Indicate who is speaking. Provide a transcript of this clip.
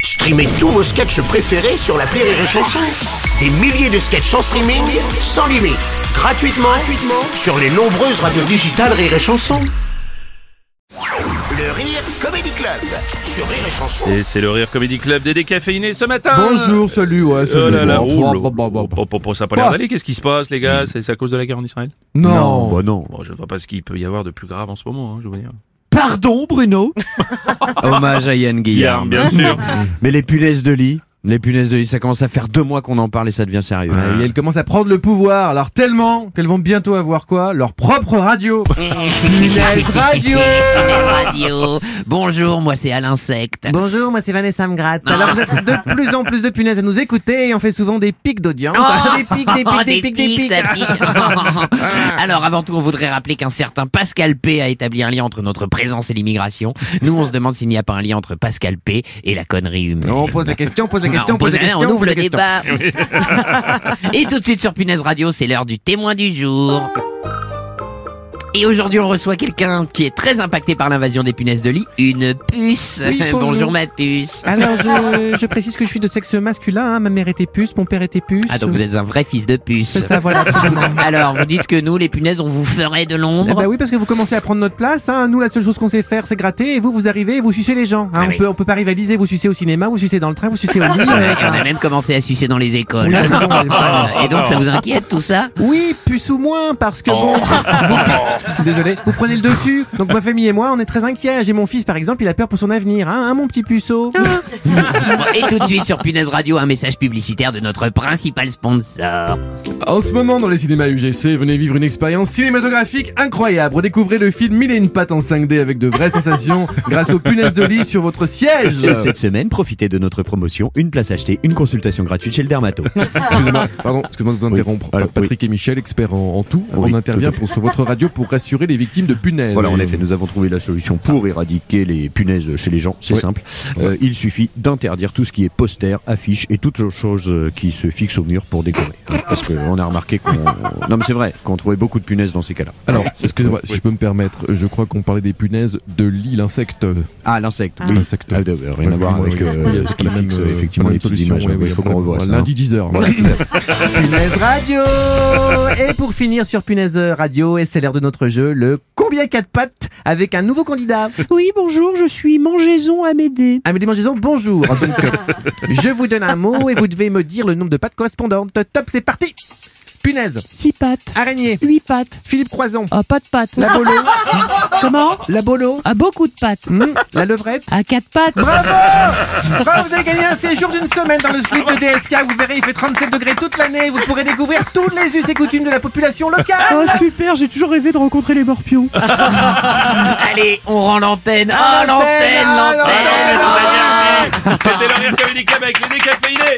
Speaker 1: Streamez tous vos sketchs préférés sur la Rire et Chanson. Des milliers de sketchs en streaming, sans limite, gratuitement, gratuitement sur les nombreuses radios digitales Rire et Chanson. Le Rire Comedy Club sur Rire et Chanson.
Speaker 2: Et c'est le Rire Comedy Club des décaféinés ce matin.
Speaker 3: Bonjour, salut, ouais,
Speaker 2: Oh
Speaker 3: salut.
Speaker 2: là là,
Speaker 3: Bon,
Speaker 2: oh là.
Speaker 3: bon, bon, bon, bon.
Speaker 2: Oh, oh, oh, ça a pas l'air d'aller. Qu'est-ce qui se passe, les gars C'est c'est à cause de la guerre en Israël
Speaker 3: Non.
Speaker 4: Bah non.
Speaker 2: Bon, je ne vois pas ce qu'il peut y avoir de plus grave en ce moment, hein, je veux dire.
Speaker 4: Pardon, Bruno Hommage à Yann Guillaume.
Speaker 2: bien sûr.
Speaker 4: Mais les punaises de lit, les punaises de lit, ça commence à faire deux mois qu'on en parle et ça devient sérieux.
Speaker 3: Ouais, et elles commencent à prendre le pouvoir, alors tellement qu'elles vont bientôt avoir quoi Leur propre radio. Punaise radio
Speaker 5: Radio. Bonjour, moi c'est Alain Secte.
Speaker 3: Bonjour, moi c'est Vanessa Mgratt.
Speaker 5: Ah.
Speaker 3: Alors vous êtes de plus en plus de punaises à nous écouter et on fait souvent des pics d'audience. des pics, des Ah.
Speaker 5: Oh, des pics, ça pique. Alors avant tout, on voudrait rappeler qu'un certain Pascal P a établi un lien entre notre présence et l'immigration. Nous, on se demande s'il n'y a pas un lien entre Pascal P et la connerie humaine.
Speaker 3: On pose la question, on pose la
Speaker 5: Ah,
Speaker 3: question,
Speaker 5: on, pose
Speaker 3: la
Speaker 5: rien,
Speaker 3: question.
Speaker 5: on ouvre
Speaker 3: pose la
Speaker 5: le
Speaker 3: question.
Speaker 5: débat. et tout de suite sur Punaise Radio, c'est l'heure du témoin du jour. Et aujourd'hui, on reçoit quelqu'un qui est très impacté par l'invasion des punaises de lit, une puce.
Speaker 3: Oui, bonjour.
Speaker 5: bonjour, ma puce.
Speaker 3: Alors je, je précise que je suis de sexe masculin, hein. ma mère était puce, mon père était puce.
Speaker 5: Ah, donc vous êtes un vrai fils de puce.
Speaker 3: C'est ça, voilà. absolument.
Speaker 5: Alors, vous dites que nous, les punaises, on vous ferait de
Speaker 3: Eh
Speaker 6: Ah
Speaker 5: l'ombre.
Speaker 6: bah
Speaker 3: ben oui, parce que vous commencez à prendre notre place. Hein. Nous, la seule chose qu'on sait faire, c'est gratter. Et vous, vous arrivez et vous sucez les gens. Hein.
Speaker 5: Ah
Speaker 3: on,
Speaker 5: oui. Ah
Speaker 3: peut, on peut pas rivaliser. Vous sucez au cinéma, vous sucez dans le train, vous sucez au lit. euh,
Speaker 5: Et on a
Speaker 3: enfin.
Speaker 5: même commencé à sucer dans les écoles.
Speaker 3: Oula, non, j'ai pas-
Speaker 5: Et donc, ça vous inquiète tout ça
Speaker 3: Oui, puce ou moins, parce que
Speaker 5: Oh.
Speaker 3: bon, vous- désolé, vous prenez le dessus. Donc ma famille et moi, on est très inquiets. J'ai mon fils, par exemple, il a peur pour son avenir. Hein, hein, mon petit puceau.
Speaker 5: Bon, Et tout de suite sur Punaise Radio, un message publicitaire de notre principal sponsor.
Speaker 3: En ce moment, dans les cinémas UGC, venez vivre une expérience cinématographique incroyable. Redécouvrez le film Mille et une pattes en 5D avec de vraies sensations grâce aux punaises de lit sur votre siège.
Speaker 4: Et cette semaine, profitez de notre promotion, une place achetée, une consultation gratuite chez le dermato.
Speaker 3: Excusez-moi, pardon, excusez-moi de vous interrompre.
Speaker 4: alors,
Speaker 3: Pa- Patrick et Michel, experts en, en tout,
Speaker 4: Oui,
Speaker 3: on intervient
Speaker 4: tout à
Speaker 3: pour, sur votre radio pour rassurer les victimes de punaises.
Speaker 4: Voilà, en effet, nous avons trouvé la solution pour éradiquer les punaises chez les gens, c'est
Speaker 3: Ouais.
Speaker 4: simple. Euh, il suffit d'interdire tout ce qui est poster, affiche et toute chose euh, qui se fixe au mur pour décorer. hein. parce qu'on a remarqué qu'on... Non mais c'est vrai, qu'on trouvait beaucoup de punaises dans ces cas-là.
Speaker 3: Alors, excusez-moi, si je peux me permettre, je crois qu'on parlait des punaises de lit, l'insecte.
Speaker 4: Ah, l'insecte, oui.
Speaker 3: L'insecte.
Speaker 4: Ah, de- euh, rien à voir
Speaker 3: Oui,
Speaker 4: avec
Speaker 3: oui,
Speaker 4: euh,
Speaker 3: oui,
Speaker 4: ce
Speaker 3: c'est
Speaker 4: qui
Speaker 3: la même,
Speaker 4: fixe
Speaker 3: euh,
Speaker 4: effectivement
Speaker 3: la même
Speaker 4: les petites
Speaker 3: solution,
Speaker 4: images.
Speaker 3: ouais,
Speaker 4: Il
Speaker 3: ouais,
Speaker 4: faut qu'on
Speaker 3: voilà.
Speaker 4: revoie ça.
Speaker 3: Lundi 10h.
Speaker 6: Punaise Radio Et pour finir sur Punaise Radio, et c'est l'heure de notre jeu, le Combien 4 pattes avec un nouveau candidat.
Speaker 7: Oui, bonjour, je suis Mangeaison Amédée.
Speaker 6: Amélie Mangeaison, bonjour Donc, euh, je vous donne un mot et vous devez me dire le nombre de pattes correspondantes. Top, c'est parti Punaise,
Speaker 7: 6 pattes,
Speaker 6: araignée,
Speaker 7: 8 pattes,
Speaker 6: Philippe Croison,
Speaker 7: ah, pas de pattes.
Speaker 6: la bolo,
Speaker 7: Comment
Speaker 6: la bolo,
Speaker 7: À beaucoup de pattes.
Speaker 6: hmm, la levrette.
Speaker 7: À 4 pattes.
Speaker 6: Bravo, vous avez gagné un séjour d'une semaine dans le slip de DSK. Vous verrez, il fait 37 degrés toute l'année. Vous pourrez découvrir tous les us et coutumes de la population locale.
Speaker 7: Oh super, j'ai toujours rêvé de rencontrer les morpions.
Speaker 5: Allez, on rend l'antenne. Oh, l'antenne,
Speaker 6: l'antenne, ah,
Speaker 5: l'antenne.
Speaker 6: l'antenne.
Speaker 2: C'était le Rire Comedy Club avec les décaféinés.